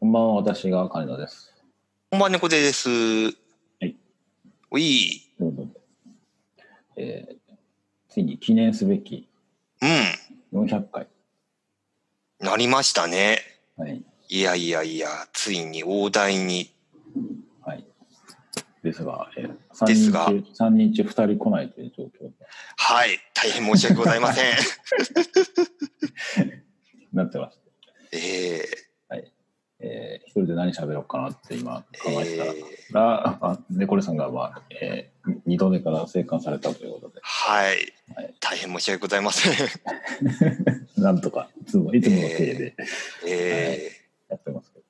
私が金田です。こんばん猫背です。いおい。どうぞえーついに記念すべきう400回。ん。なりましたね。はい。いやいやいや、ついに大台に。はい。ですが、えー、で3す人が中、三人中2人来ないという状況にはい。大変申し訳ございま せん。なってましえて、えー一人で何喋ろうかなって今え考えてたら、ええあ、猫コさんが、まあ、えー二度目から生還されたということで、はいはい。大変申し訳ございません。 なんとか、いつも、いつもの体でえやってますけど。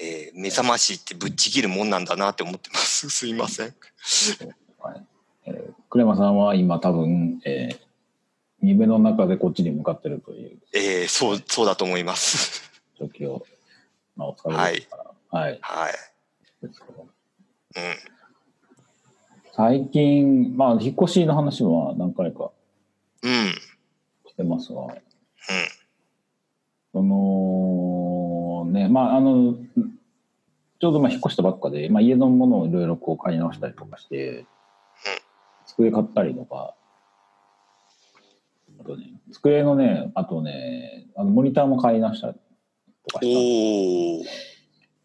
えええ目覚ましってぶっちぎるもんなんだなって思ってます。 すいません。はいえー、クレマさんは今多分、えー夢の中でこっちに向かってるというええそう、そうだと思います。 状況、まあ、お疲れですから、はいはい。ですけどうん。最近、まあ、引っ越しの話は何回かうん。うん。してますが、そのね、まあ、あの、ちょうどまあ引っ越したばっかで、まあ、家のものをいろいろこう買い直したりとかして、机買ったりとか、あとね、机のね、あとね、あのモニターも買い直したりとかしたんです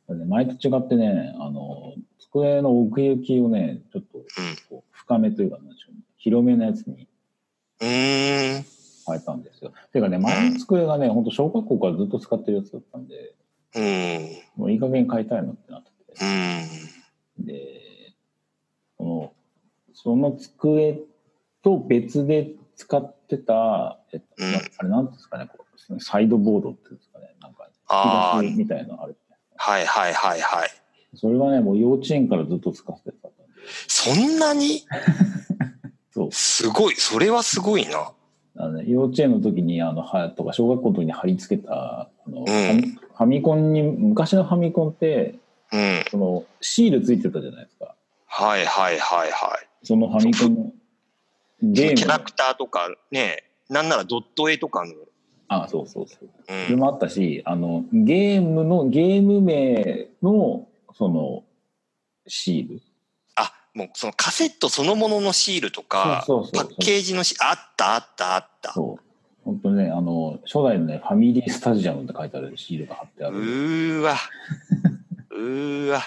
おお。で前と違ってね、あの、机の奥行きをね、ちょっとこう深めというか、なんでしょうね広めのやつにうーん。変えたんですよ。ていうかね、前の机がね、ほんと小学校からずっと使ってるやつだったんで、うん。もういい加減変えたいなってなってて。うん。で、その、その机と別で使ってた、えっと、うんなあれなんていうんですかね、こうサイドボードっていうんですかね、なんか、あ引あき出しみたいなのある。はいはいはいはい。それはね、もう幼稚園からずっと使ってたんで。そんなにそう。すごい。それはすごいな。あのね幼稚園の時にあのはとか小学校の時に貼り付けたあの、んファミファミコンに昔のファミコンってうん。そのシールついてたじゃないですかはいはいはいはそのファミコンのゲーい。ムキャラクターとかね、なんならドット絵とかの。あそうそうそううそれん。もあったしあのゲームのゲーム名のそのシールあ、もうそのカセットそのもののシールとか、そうそうそうパッケージのシール、あったあったあった。うそう本当にねあの初代のねファミリースタジアムって書いてあるシールが貼ってあるー わ。うーわ。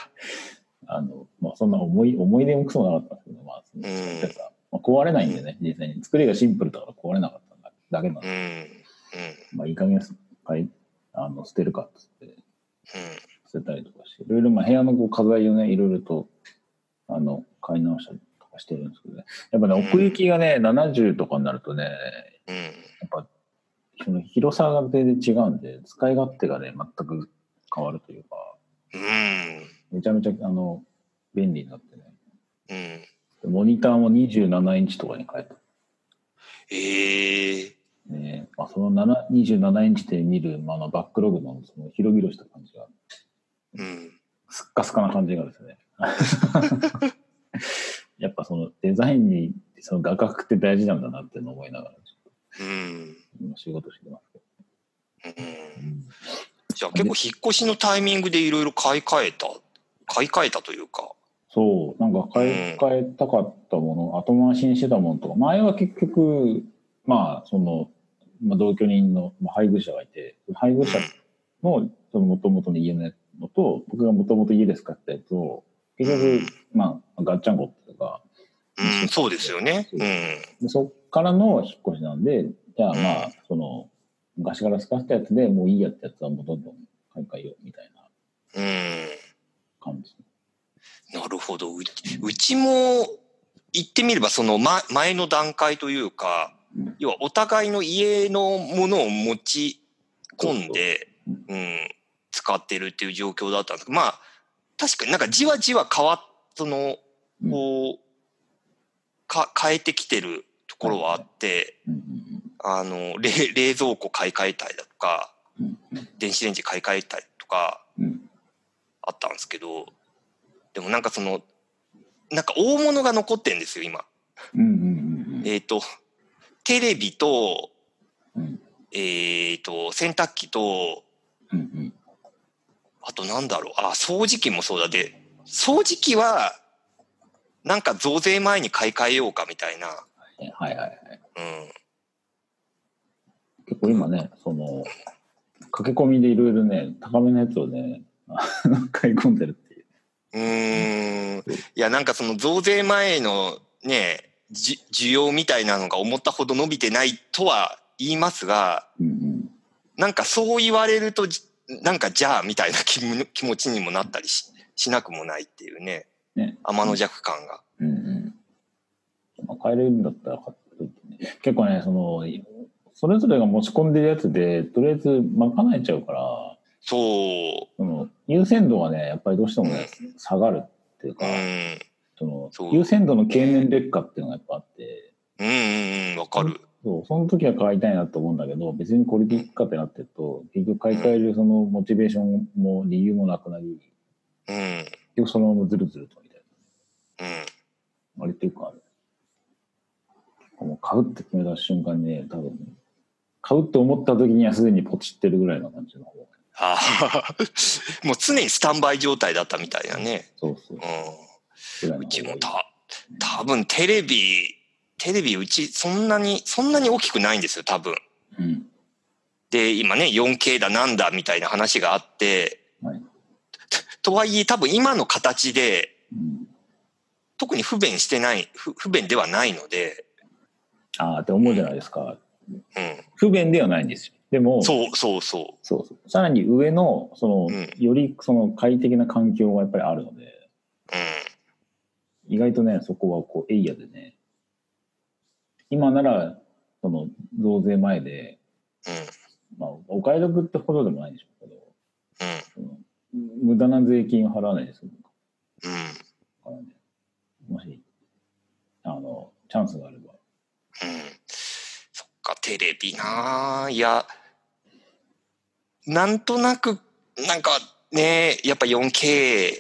あの、まあ、そんな思い、思い出もクソもなかったんですけど、まあ、そのうんやっぱまあ、壊れないんでね、実際に。作りがシンプルだから壊れなかったんだだけなんうで、ん。うん。まあ、いい加減す、はい、あの、捨てるかっつって、うん。捨てたりとかして、いろいろ、まあ、部屋のこう、飾りをね、いろいろと、あの、買い直したりとかしてるんですけどね。やっぱね、奥行きがね、70とかになるとね、うん。やっぱ、その広さが全然違うんで、使い勝手がね、全く変わるというか、うん。めちゃめちゃ、あの、便利になってね。うん。モニターも27インチとかに変えた。ええねまあ、その7 27インチで見る、まあ、あのバックログのその広々した感じが、うん。すっかすかな感じがですね。 やっぱそのデザインにその画角って大事なんだなっていうのを思いながら、うん。今仕事してますけど。うん。うんじゃあ結構引っ越しのタイミングでいろいろ買い替えた買い替えたというか。そう、なんか買い替えたかったもの、後回しにしてたものとか、前は結局、まあ、その、まあ、同居人の、まあ、配偶者がいて、配偶者の、その元々の家のやつのと、僕が元々家で使ったやつを、結局、うんまあ、ガッチャンコっていうか、うん、そうですよね。うでそっからの引っ越しなんで、じゃあまう。あ、その、昔から使ってたやつでもういいやってやつはもうどんどん買い替えようみたいなんうん。感じ。なるほど。うちうちも言ってみればその前前の段階というか、要はお互いの家のものを持ち込んで、うん、使ってるっていう状況だったんですけど、まあ、確かになんかじわじわ変わっ、その、こう、か、変えてきてるところはあって、うんうんあの冷冷蔵庫買い替えたりだとかうん電子レンジ買い替えたりとかうんうんあったんですけどでもなんかそのなんか大物が残ってんですよ今。うんうんえっ、とテレビとうんうんえっ、と洗濯機とうんうんああとなんだろう。あ、掃除機もそうだ。で、掃除機は、なんか増税前に買い替えようかみたいな。はいはいはい。うん。結構今ね、その、駆け込みでいろいろね、高めのやつをね、 あの買い込んでるっていう。うーん。いや、なんかその増税前のね、じ需要みたいなのが思ったほど伸びてないとは言いますが、うんうん。なんかそう言われると、じなんかじゃあみたいな気も気持ちにもなったりししなくもないっていうね。ね天の弱感が。うんうん。まあ、買えるんだったら買っておいてね。結構ね、その、それぞれが持ち込んでるやつで、とりあえず賄えちゃうから、そう。その優先度がね、やっぱりどうしてもね、下がるっていううか、ん。そのそう優先度の経年劣化っていうのがやっぱあって、うんうんうん、わかる。そう、その時は買いたいなと思うんだけど、別にこれでいくかってなってると、結局買い替えるそのモチベーションも理由もなくなり、うん。うん。結局そのままずるずるとみたいな。あれっていうか、もう買うって決めた瞬間にね、多分、買うって思った時にはすでにポチってるぐらいの感じの方が。ああ、 もう常にスタンバイ状態だったみたいなね。そうそう。うぐらいん。のうち方がもた、多分テレビ、テレビうちそんなに、そんなに大きくないんですよ、多分。うん。で、今ね、4K だなんだみたいな話があって、はいとはいえ多分今の形で、うん、特に不便してない、不不便ではないので、ああ、って思うじゃないですか。う不便ではないんですよ。でも、ん。そうそうそそうそうさらに上の、その、うんよりその快適な環境がやっぱりあるので、う。うん。意外とね、そこはこう、エイヤでね、今なら、その、増税前で、うん。まあ、お買い得ってほどでもないんでしょうけど、うん。その無駄な税金を払わないでするうん。からね、もし、あの、チャンスがあれば。うんそっか、テレビなあいや、なんとなく、なんかね、やっぱ 4K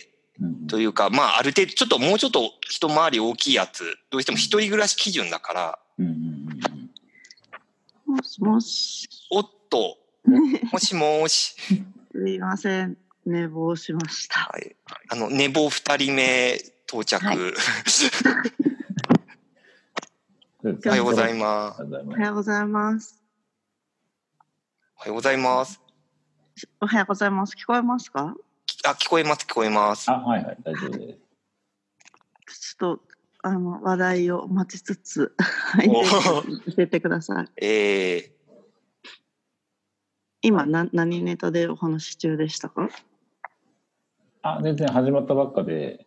うんというか、まあある程度、ちょっともうちょっと一回り大きいやつ、どうしても一人暮らし基準だから、うんうんうんうんもしもし。おっ と、もしもし、すいません。寝坊しました。はい、あの、寝坊二人目到着、はい おはようございまおすは。ようございおまはようございます。おはようございます。おはようございます。聞こえますかきあ、聞こえます、聞こえますす。。あ、はいはい、大丈夫です。ちょっと、あの、話題を待ちつつ、はいお教えてください。 え今、な何ネタでお話し中でしたかあ、全然始まったばっかで、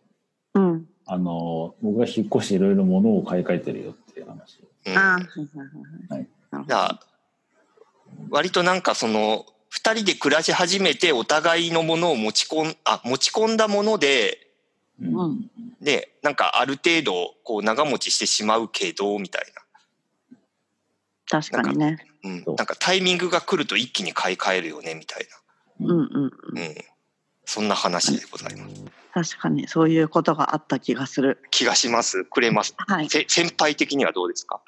うん。あの、僕が引っ越していろいろ物を買い替えてるよっていう話。ーうんああ、はいはいはい。はいなるほじゃあ、割となんかその、二人で暮らし始めて、お互いのものを持ち込ん、あ、持ち込んだもので、う。ど。うんん。で、なんかある程度、こう、長持ちしてしまうけど、みたい確かにね。な。うん。そうなんかタイミングが来ると一気に買い替えるよね、みたいんうんうん。な。うん。そんな話でございます。確かに、そういうことがあった気がする。気がします。くれます。はい。せ先輩的にはどうですか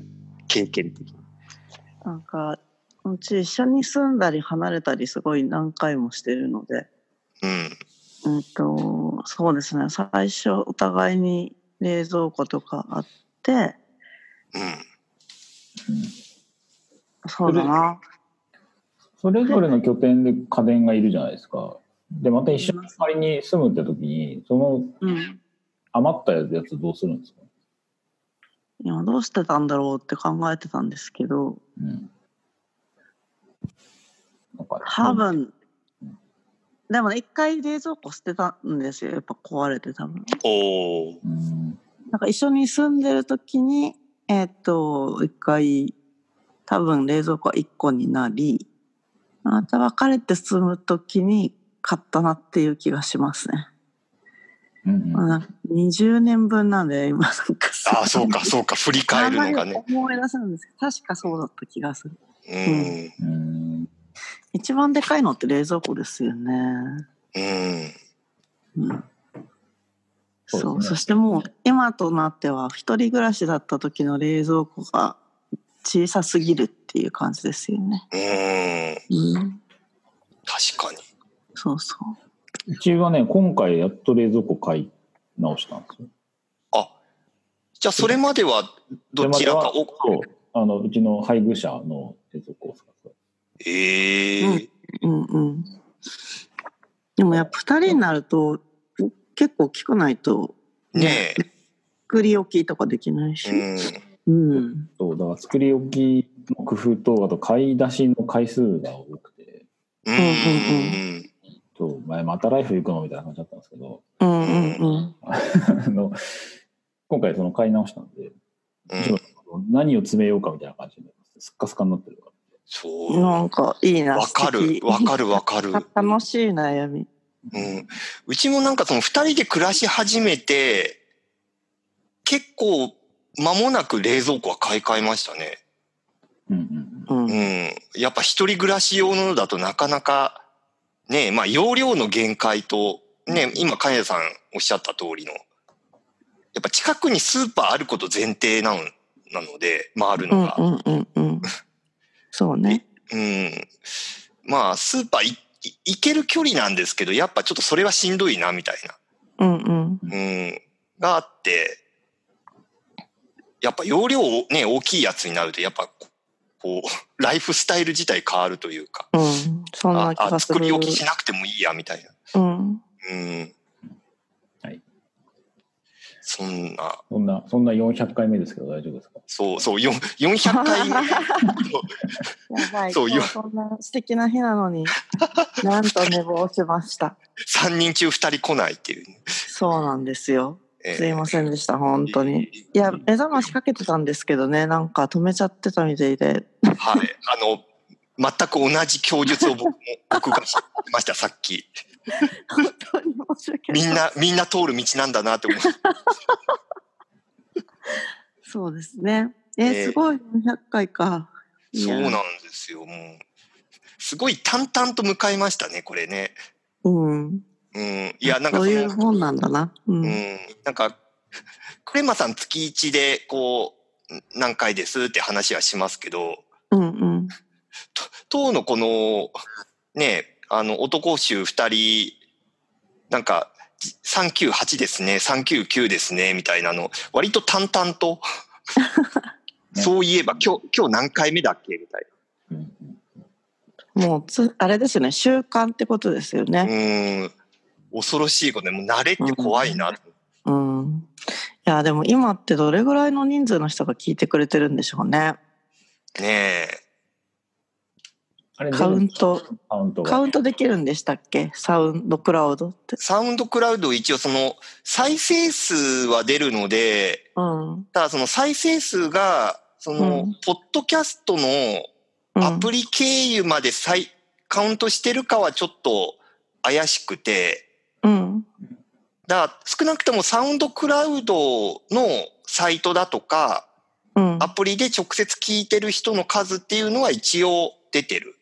経験的に。なんか、うち一緒に住んだり離れたりすごい何回もしてるので、うん。うんと、そうですね、最初お互いに冷蔵庫とかあって、うん。そうだな。それぞれの拠点で家電がいるじゃないですか。で、また一緒に仮に住むって時に、そのうん。余ったやつどうするんですか、今どうしてたんだろうって考えてたんですけど、うん、なんか多分、でもね一回冷蔵庫捨てたんですよ。やっぱ壊れて多分。おー。うん。なんか一緒に住んでる時に、えーっと、一回、多分冷蔵庫は一個になり、また別れて住む時に買ったなっていう気がしますね。うんまあなんか20年分なんで、今なんかさあ、そう か、そうか、振り返るのがね。あんまり思い出せないんですけど、確かそうだった気がする。うん。うん。うん。一番でかいのって冷蔵庫ですよね。うん。うん。そうそうですねそしてもう今となっては一人暮らしだった時の冷蔵庫が小さすぎるっていう感じですよね。うん。うん、確かに。そうそう。うちはね、今回やっと冷蔵庫買い直したんですよ。あ、じゃあそれまではどちらそれまかをでは、そうあの、うちの配偶者の冷蔵庫を使ってええうんうん。でもやっぱ二人になると、結構聞かないと、ね作り置きとかできないえ、し。うん。うん。そう、だから作り置きの工夫と、あと買い出しの回数が多くて、うんうんそう、前またライフ行くのみたいな感じだったんですけど、 うんうんうん。あの、今回その買い直したんで、うちょっん。と何を詰めようかみたいな感じになります。すっかすかになってるから。そう。なわんかいいな。か素る、敵わかる、わかる。楽しい悩み。うん、うちもなんかその二人で暮らし始めて、結構間もなく冷蔵庫は買い替えましたね。うんうんうん。うんうん。やっぱ一人暮らし用のだとなかなか、ね、まあ容量の限界と、ね、今金田さんおっしゃった通りの、やっぱ近くにスーパーあること前提なの、なので、回るうのんが。うんうん。そうね。うん。まあ、スーパーいい行ける距離なんですけど、やっぱちょっとそれはしんどいな、みたいな。うんうん。うん、があって、やっぱ容量をね、大きいやつになると、やっぱここう、ライフスタイル自体変わるというか、うん。そんなあ気あ、がする。作り置きしなくてもいいや、みたいな。うん。うん。はい。そんな、そんな、そんな400回目ですけど大丈夫ですかそうそう、よん400回 目。やばい。そう今よ日そんな素敵な日なのに、なんと寝坊しました。 3人中2人来ないっていうね、そうなんですよ。えすいませんでした、本当に。いいや、目覚ましかけてたんですけどね、なんか止めちゃってたみたいで。えはい。あの、全く同じ供述を僕も、僕がしました、さっき。本当に申し訳ない。みん。な、みんな通る道なんだなって思って。そうですね。えーええすごい、400回か。いそやうなんですよ、もう。すごい淡々と向かいましたね、これね。うん。うん。いや、なんかそうのいうもんなんだな。う。うんん。なんか、クレマさん月1で、こう、何回ですって話はしますけど、うんうん。と当のこの、ね、あの、男衆2人、なんか、じ398ですね、399ですね、みたいなの、割と淡々 と、そういえば、今日、今日何回目だっけみたいうんうんもうつ、あれですよね、習慣ってことですよね。な。うん。恐ろしいことね、もう慣れって怖いな。うん。いや、でも今ってどれぐらいの人数の人が聞いてくれてるんでしょうね。ねえ。あれカウント、カウントが。カウントできるんでしたっけサウンドクラウドって。サウンドクラウド一応その再生数は出るので、うん。うん。ただその再生数が、その、うんポッドキャストのアプリ経由まで再、カウントしてるかはちょっと怪しくて、うん。だから少なくともサウンドクラウドのサイトだとか、うん。アプリで直接聞いてる人の数っていうのは一応出てる。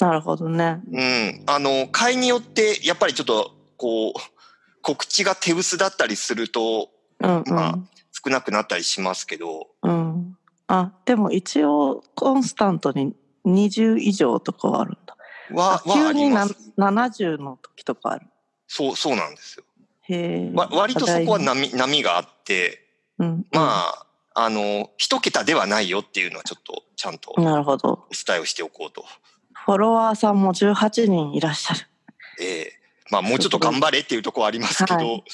なるほどね。うん。あの、会によって、やっぱりちょっと、こう、告知が手薄だったりすると、うんま少なくなったりしますけど、うん。うん。あ、でも一応コンスタントに20以上とかはあるんだ。は、はあ急りにまなす。 70の時とかある。そう、そうなんですよ。へえ。わ割とそこはな、波、波があって、うん、まあ、あの、一桁ではないよっていうのはちょっと、ちゃんとおなるほど。伝えをしておこうと。フォロワーさんも18人いらっしゃる。ええまあ、もうちょっと頑張れっていうところはありますけど、はい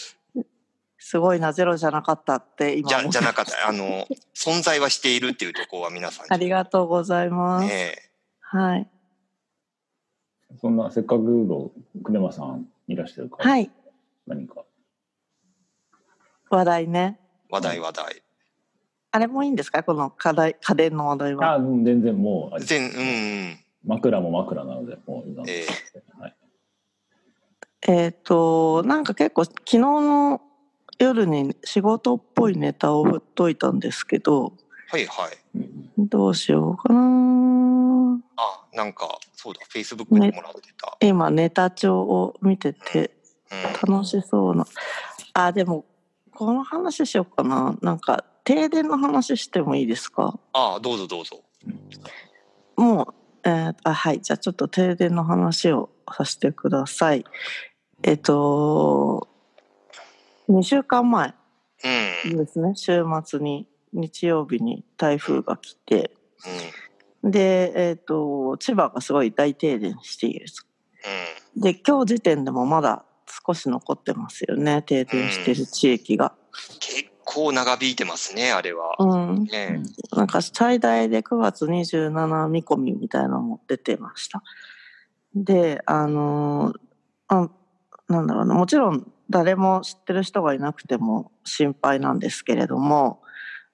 すごいな、ゼロじゃなかったって今じゃ、じゃなかっった。あの、存在はしているっていうところは皆さんに。 ありがとうございます。えはい。そんな、せっかくのクレマさんいらしてるから、はい。何か。話題ね。話題話題。あれもいいんですかこの課題、家電の話題は。あ、うん全然もうあれ、全、うん、枕も枕なので、もう今の、ええはい。えっ、と、なんか結構昨日の夜に仕事っぽいネタを振っといたんですけど、はいはい。どうしようかな。あ、なんか、そうだ、Facebook にもらってた。今ネタ帳を見ててうん。楽しそうな。あ、でも、この話しようかな。なんか停電の話してもいいですかあ、どうぞどうぞ。もう、えーあはいじゃあちょっと停電の話をさせてください。えっと、2週間前うん。うん。ですね、週末に、日曜日に台風が来て、で、えっと、千葉がすごい大停電していると。で、今日時点でもまだ少し残ってますよね、停電してる地域が。結構長引いてますね、あれは。うん。ねなんか最大で9月27見込みみたいなのも出てました。で、あのーあ、なんだろうな、もちろん誰も知ってる人がいなくても心配なんですけれども、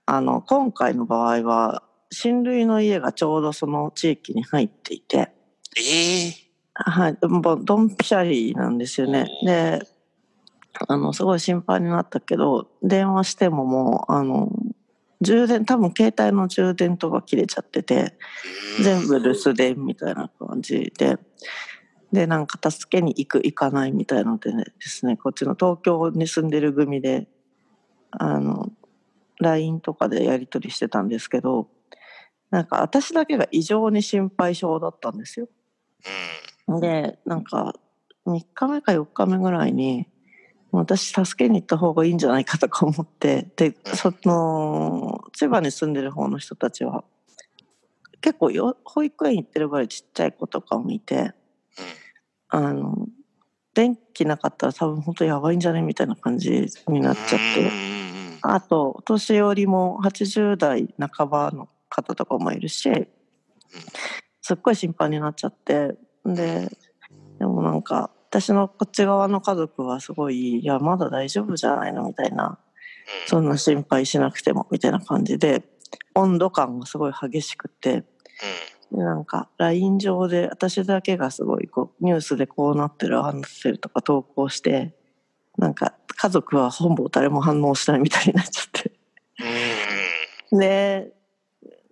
あの、今回の場合は、親類の家がちょうどその地域に入っていて、ええはい、もうドンピシャリなんですよね。おで、あの、すごい心配になったけど、電話してももう、あの、充電、多分携帯の充電とか切れちゃってて、うん全部留守電みたいな感じで、で、なんか助けに行く、行かないみたいのでねですね、こっちの東京に住んでる組で、あの、LINE とかでやり取りしてたんですけど、なんか私だけが異常に心配性だったんですよ。でなんか3日目か4日目ぐらいに私助けに行った方がいいんじゃないかとか思ってでその千葉に住んでる方の人たちは結構よ保育園行ってるぐらいちっちゃい子とかもいてあの電気なかったら多分本当やばいんじゃねみたいな感じにうん。なっちゃって。うんあと、お年寄りも80代半ばの方とかもいるし、すっごい心配になっちゃって、で、でもなんか、私のこっち側の家族はすごい、いや、まだ大丈夫じゃないのみたいな、そんな心配しなくても、みたいな感じで、温度感がすごい激しくて、でなんか LINE 上で私だけがすごいこうニュースでこうなってるああなってるとか投稿してなんか家族はほぼ誰も反応しないみたいになっちゃってうんうんで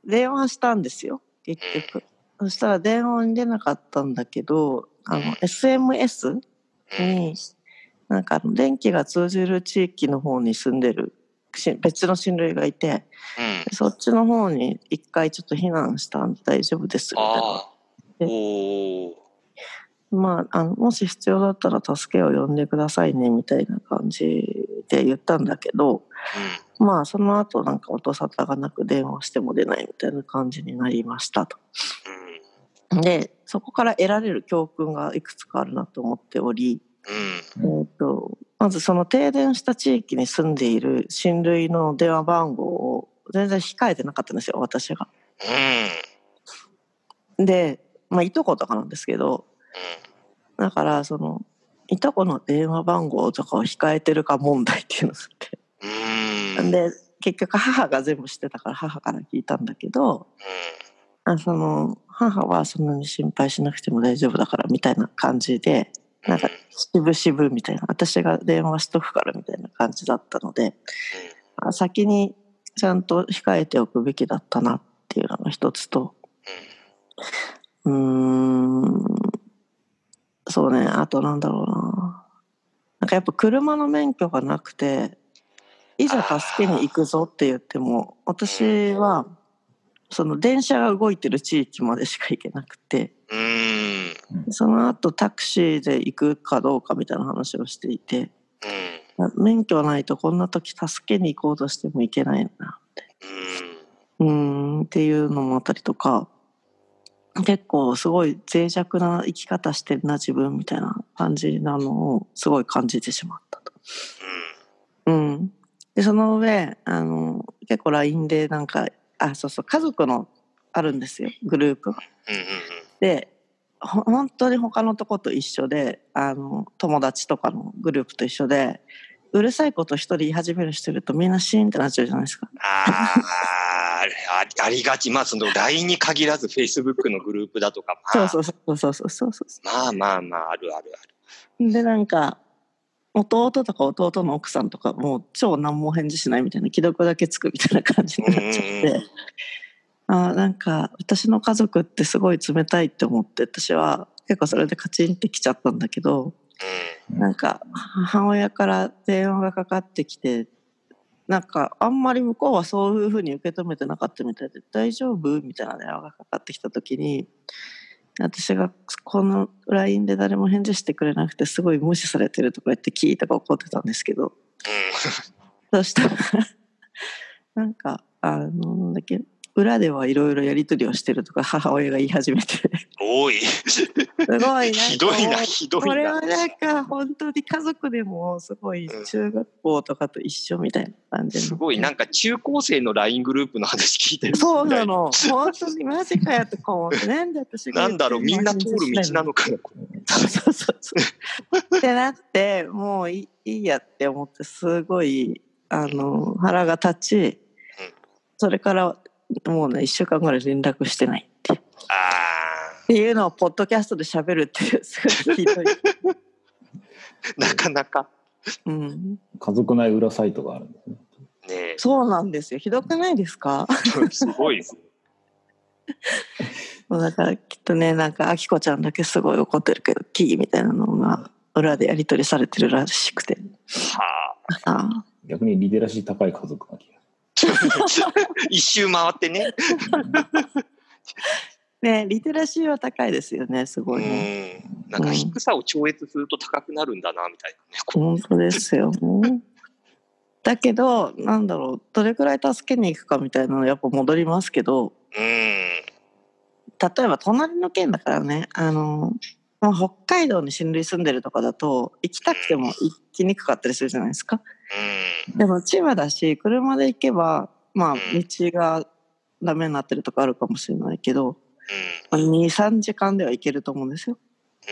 電話したんですよ結局そしたら電話に出なかったんだけどあの SMS になんかあの電気が通じる地域の方に住んでるし別の親類がいてうんそっちの方に一回ちょっと避難したんで大丈夫ですみたいなああ。おお。まあ、あのもし必要だったら助けを呼んでくださいねみたいな感じで言ったんだけどまあその後なんか音沙汰がなく電話しても出ないみたいな感じになりましたと。うん。うん。でそこから得られる教訓がいくつかあるなと思っており、うん。えー、とまずその停電した地域に住んでいる親類の電話番号を全然控えてなかったんですよ私が。うん。で、まあ、いとことかなんですけどだからそのいとこの電話番号とかを控えてるか問題っていうのがあうん。うっん。てで結局母が全部知ってたから母から聞いたんだけどあその母はそんなに心配しなくても大丈夫だからみたいな感じでなんか渋々みたいな私が電話しとくからみたいな感じだったのであ先にちゃんと控えておくべきだったなっていうのが一つとうーんそうね、あとなんだろうな。なんかやっぱ車の免許がなくて、いざ助けに行くぞって言っても、私は、その電車が動いてる地域までしか行けなくて、うん。うん。その後タクシーで行くかどうかみたいな話をしていて、免許ないとこんな時助けに行こうとしても行けないな。うーんっていうのもあったりとか結構すごい脆弱な生き方してるな自分みたいな感じなのをすごい感じてしまったと。うん、でその上あの結構 LINE でなんかあそうそう家族のあるんですよグループが。でほ本当に他のとこと一緒であの友達とかのグループと一緒でうるさいこと一人言い始める人いるとみんなシーンってなっちゃうじゃないですか。ああ、あ りがち。まあ、その LINE に限らず Facebook のグループだとか、そうそうそうそうそうそうそう。まあまあまあ、あるあるある。でなんか弟とか弟の奥さんとかもう超何も返事しないみたいな既読だけつくみたいな感じになっちゃって、うんうんうあーなんか私の家族ってすごい冷たいって思って私は結構それでカチンってきちゃったんだけどなんか母親から電話がかかってきてなんかあんまり向こうはそういうふうに受け止めてなかったみたいで「大丈夫?」みたいな電話がかかってきた時にで私がこの LINE で誰も返事してくれなくてすごい無視されてるとか言って聞いたか怒ってたんですけどそしたら なんかあのなんだっけ裏ではいろいろやり取りをしてるとか母親が言い始めて す 多い。ごいなんかひどいな、もうひどいな。これはなんか本当に家族でもすごい中学校とかと一緒みたいな感じのすごい、なんか中高生の LINE グループの話聞いてる。そうな。 の本当にマジかよとか思ってなんで私がなんだろう、みんな通る道なのかな。そうそうそうそう。ってなってもういいいいやって思ってすごいあの腹が立ちそれからもうね1週間ぐらい連絡してないっていうっあていうのをポッドキャストで喋るっていうすごいひどー、い、なかなか。うん、家族内裏サイトがあるんですね。ねそうなんですよひどくないですかえ、すごいです。もうだからきっとねなんかあきこちゃんだけすごい怒ってるけどキーみたいなのが裏でやり取りされてるらしくてはああ逆にリテラシー高い家族な気があ。 一周回ってね。ねリテラシーは高いですよねすごういね。ん。なんか低さを超越すると高くなるんだな、みたいなね。こ本当ですよ。だけどなんだろうどれくらい助けに行くかみたいなのやっぱ戻りますけどううん。例えば隣の県だからねあの、まあ、北海道に親類住んでるとかだと行きたくても行きにくかったりするじゃないですか。うん。でも千葉だし車で行けばまあ道がダメになってるとかあるかもしれないけど23時間では行けると思うんですよ。う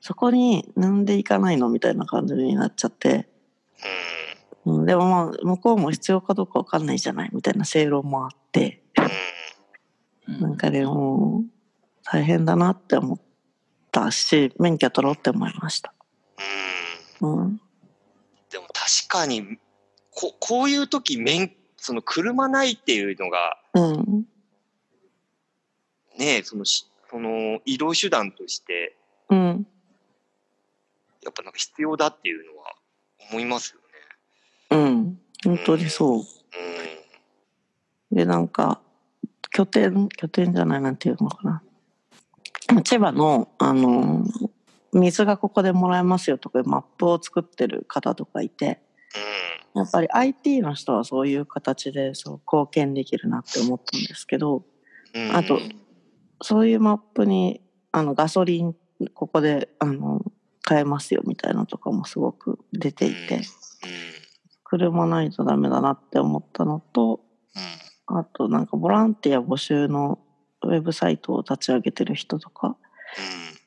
そこになんで行かないのみたいな感じになっちゃって。うん、でもまあ向こうも必要かどうかわかんないじゃないみたいな正論もあってん。うん。うん。 なんかでも大変だなって思ったし免許取ろうって思いました、うん。うん、でも確かにここういう時免その車ないっていうのがうん、ねそのしその移動手段としてうん、やっぱなんか必要だっていうのは思いますようん、本当にそね。うでなんか拠点拠点じゃないなんていうのかな千葉のあの水がここでもらえますよとかいうマップを作ってる方とかいて、やっぱり IT の人はそういう形でそう貢献できるなって思ったんですけどうん。うん。うんあとそういうマップにあのガソリンここであの買えますよみたいなのとかもすごく出ていてうん。車ないとダメだなって思ったのとうあとなんかボランティア募集のウェブサイトを立ち上げてる人とかん。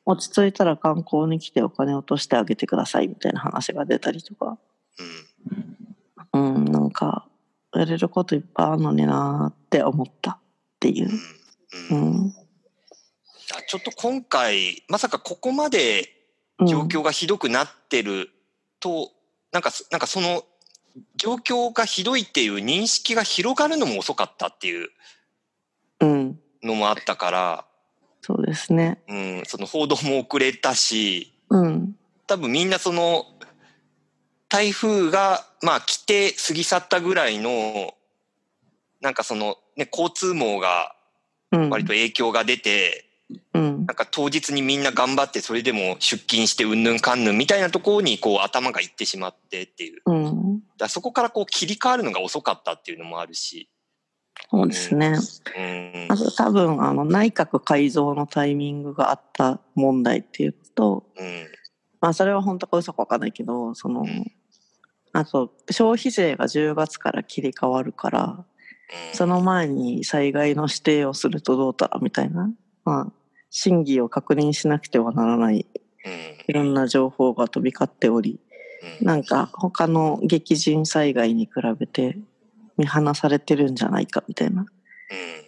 落ち着いたら観光に来てお金を落としてあげてくださいみたいな話が出たりとかうん。うん。。うん、なんか、やれることいっぱいあるのになーって思ったっていうう。うんうん。ん。あちょっと今回まさかここまでうん状況がひどくなってると、なんかす、なんかその、状況がひどいっていう認識が広がるのも遅かったっていううん。のもあったから、そうですね。うん、その報道も遅れたし、うん。多分みんなその、台風が、まあ来て過ぎ去ったぐらいの、なんかその、ね、交通網がうん。割と影響が出て、うんな。んか当日にみんな頑張ってそれでも出勤してうんぬんかんぬんみたいなところにこう頭がいってしまってっていう。うだん。からそこからこう切り替わるのが遅かったっていうのもあるし。そうですね。うん。あと多分、あの、内閣改造のタイミングがあった問題っていうと、うん。まあ、それは本当か嘘かわかんないけど、その、あと、消費税が10月から切り替わるから、その前に災害の指定をするとどうたらみたいな、まあ、審議を確認しなくてはならないうん。いろんな情報が飛び交っておりうん。なんか他の激甚災害に比べて見放されてるんじゃないかみたいなうん。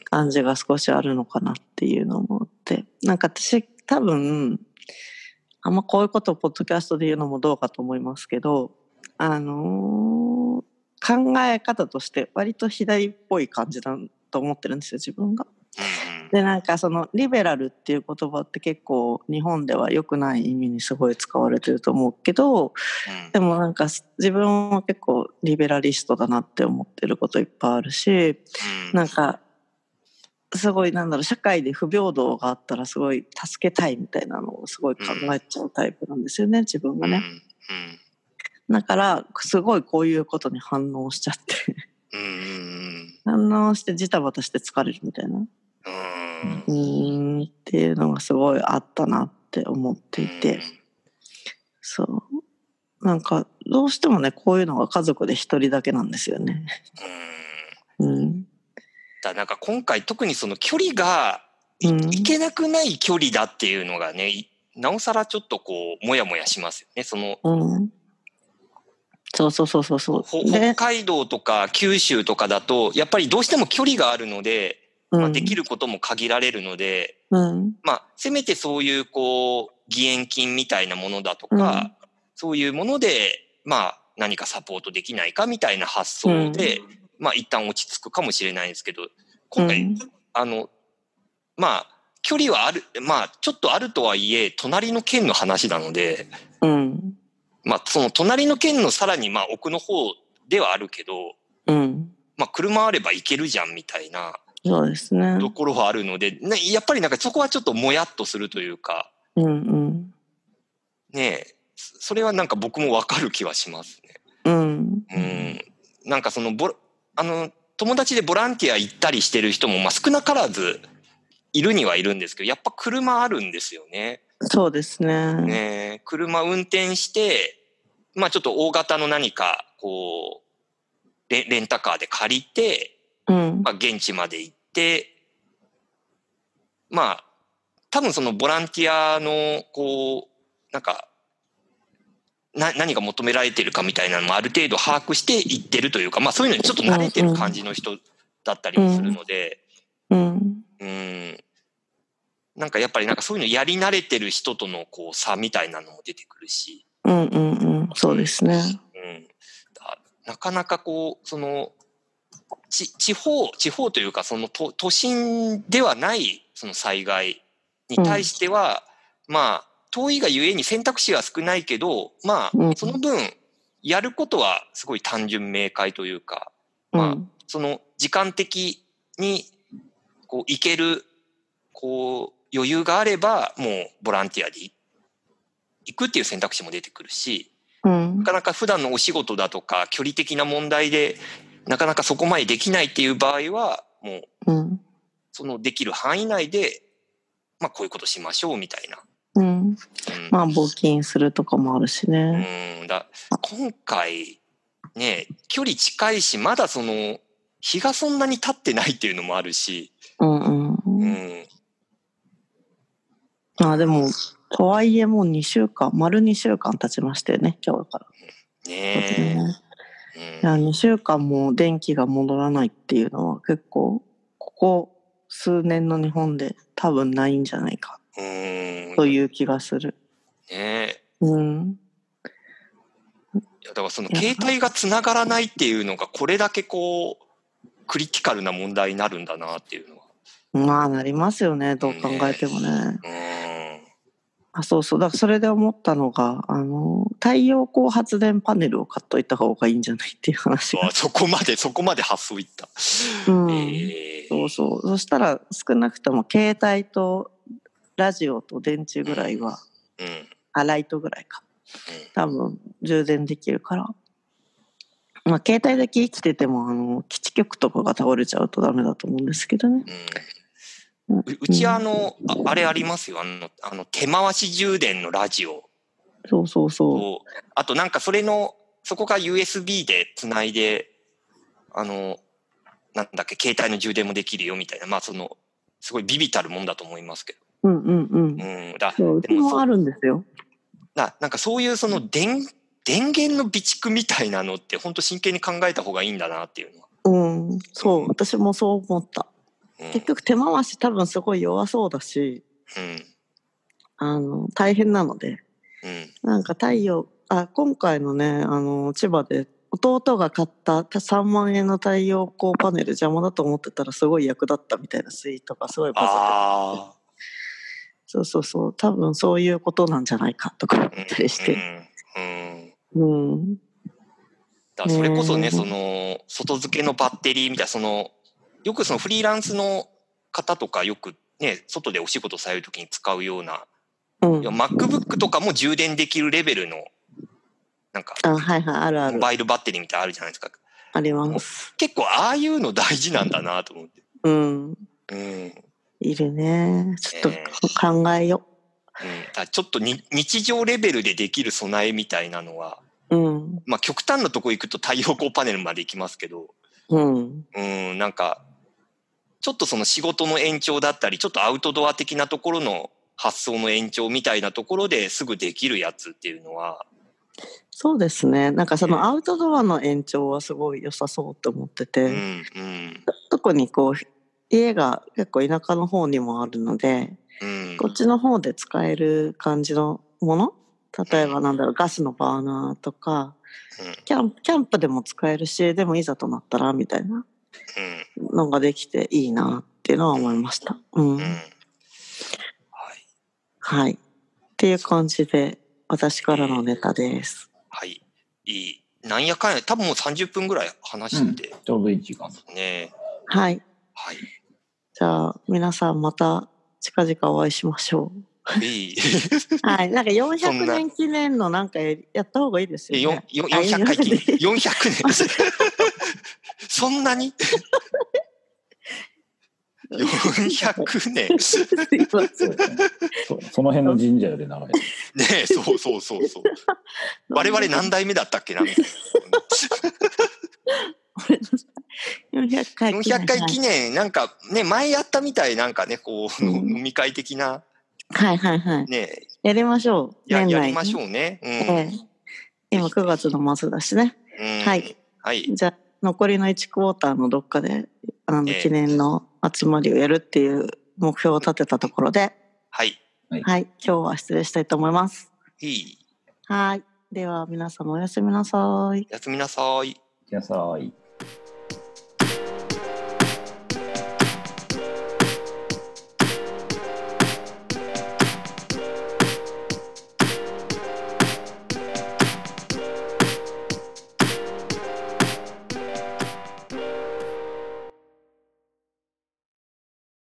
感じが少しあるのかなっていうのもあってなんか私多分あんまこういうことをポッドキャストで言うのもどうかと思いますけどあのー考え方として割と左っぽい感じだと思ってるんですよ自分が。でなんかそのリベラルっていう言葉って結構日本では良くない意味にすごい使われてると思うけどでもなんか自分は結構リベラリストだなって思ってることいっぱいあるしうん。なんかすごいなんだろう社会で不平等があったらすごい助けたいみたいなのをすごい考えちゃうタイプなんですよね自分がうん。うね。ん。だからすごいこういうことに反応しちゃって うん。うん。反応してジタバタして疲れるみたいなうん。うーんっていうのがすごいあったなって思っていてそうなんかどうしてもねこういうのが家族で一人だけなんですよね。うん。うんだなんか今回特にその距離がいうんいけなくない距離だっていうのがね、いなおさらちょっとこう、もやもやしますよね。その、うん、そうそうそうそうほそう。北で、海道とか九州とかだと、やっぱりどうしても距離があるので、まうあ、んできることも限られるので、うんまあ、せめてそういう、こう、義援金みたいなものだとか、そういうもので、まあ、何かサポートできないかみたいな発想で、まあ、一旦落ち着くかもしれないんですけど、今回、うんあの、まあ、距離はある、まあ、ちょっとあるとはいえ、隣の県の話なので、うんまあ、その隣の県のさらに、まあ、奥の方ではあるけど、うんまあ、車あれば行けるじゃんみたいなそうですね。ところはあるので、ね、やっぱりなんかそこはちょっともやっとするというか、うんねえ、そそれはなんか僕もわかる気はしますうんうんね。うん。なんかそのボラ、あの、友達でボランティア行ったりしてる人も、まあ、少なからずいるにはいるんですけど、やっぱ車あるんですよね。そうですね。ねえ、車運転して、まあちょっと大型の何か、こう、レレンタカーで借りて、うんまあ現地まで行って、まあ、多分そのボランティアの、こう、なんか、な、何が求められてるかみたいなのもある程度把握して行ってるというか、まあそういうのにちょっと慣れてる感じの人だったりもするので、うんうん。なんかやっぱりなんかそういうのやり慣れてる人とのこう差みたいなのも出てくるし、うんうんうんそうですね。うん。だなかなかこう、その、ち地方、地方というかその都都心ではないその災害に対しては、まあ、遠いがゆえに選択肢は少ないけど、まうあ、んその分、やることはすごい単純明快というか、うまあんその時間的にこう行けるこう余裕があればもうボランティアで行くっていう選択肢も出てくるしうんなかなか普段のお仕事だとか距離的な問題でなかなかそこまでできないっていう場合はもううんそのできる範囲内でまあこういうことしましょうみたいな。うんうんまあ募金するとかもあるしうね。ーんだ今回ね距離近いしまだその日がそんなに経ってないっていうのもあるし、うんうんううんん、まあでもとはいえもう二週間丸二週間経ちましたよね今日から。ねいえ。や2週間も電気が戻らないっていうのは結構ここ数年の日本で多分ないんじゃないかうん。うんとねいう気がする。え。うん、いやだからその携帯がつながらないっていうのがこれだけこう、クリティカルな問題になるんだなっていうのは。まあなりますよねどう考えてもね。うあそうそうだからそれで思ったのがあの太陽光発電パネルを買っといた方がいいんじゃないっていう話ん。わがあ。そこまで、そこまで発想いった。うんええそうそうそしたら少なくとも携帯とラジオと電池ぐらいはうん。あライトぐらいか多分充電できるから、まあ、携帯だけ生きててもあの基地局とかが倒れちゃうとダメだと思うんですけどねうん。ううちあの、ああれありますよ。あの、あの手回し充電のラジオそうそうそと、あとなんかそれの、そこが USB でつないで、あの、なんだっけ、携帯の充電もできるよみたいな、まあその、すごいビビたるもんだと思いますけど。ううんうんうんうん、だそううでちももそうあるんですよななんかそういうその電、電源の備蓄みたいなのって、本当真剣に考えた方がいいんだなっていうのは。うんそううん私もそう思ったうん、結局手回し多分すごい弱そうだしうん、あの大変なのでうん、なんか太陽あ今回のねあの千葉で弟が買った3万円の太陽光パネル邪魔だと思ってたらすごい役立ったみたいなスイートがすごいバズっててああ、そうそうそう多分そういうことなんじゃないかとか思うんったりして、うん、うんうん、だそれこそねね、その、外付けのバッテリーみたいな、その、よくそのフリーランスの方とかよくね、外でお仕事されるときに使うような、うんいや MacBook とかも充電できるレベルの、なんか、あはいはいあるあモるバイルバッテリーみたいなのあるじゃないですか。あります結構ああいうの大事なんだなと思って。うんうん。うん。いるねちょっねと考えよだからちょっとに日常レベルでできる備えみたいなのは、ううんまあ極端なとこ行くと太陽光パネルまで行きますけど、うんうん、なんか、ちょっとその仕事の延長だったり、ちょっとアウトドア的なところの発想の延長みたいなところですぐできるやつっていうのは、そうですねなんかそのアウトドアの延長はすごい良さそうって思ってて、うん、うん、特にこう家が結構田舎の方にもあるのでうんこっちの方で使える感じのもの例えばなんだろうガスのバーナーとかキャンキャンプでも使えるしでもいざとなったらみたいなうのができていいなっていうのは思いました。うんん、うん、うん。はい。はいっていう感じで私からのネタです。はい。いい。なんやかんや、多分もう30分ぐらい話してちょうどいい時間。ね。はいはい。じゃあ皆さんまた近々お会いしましょう。いい。 はいなんかそん400な年記念のなんかやりやった方がいいですえよよんね。よんあ400回記念。400 400年。そんな に ?400 年。す いませんそうですね。そうその辺の神社より長い。ねえ、そうそうそう そう。我々何代目だったっけなみたいごめんなさい400回な。記念400回記念、なんかね、前やったみたい、なんかね、こう、うん飲み会的な、はいはいはい。ね、やりましょう。や年内やりましょうね。ええ今9月の末だしね。うん。うんはい。はい。じゃあ残りの1クォーターのどっかであのええ記念の集まりをやるっていう目標を立てたところで、はい。はい、今日は失礼したいと思います。いい。はい。では皆様おやすみなさい。やすみなさい。野菜。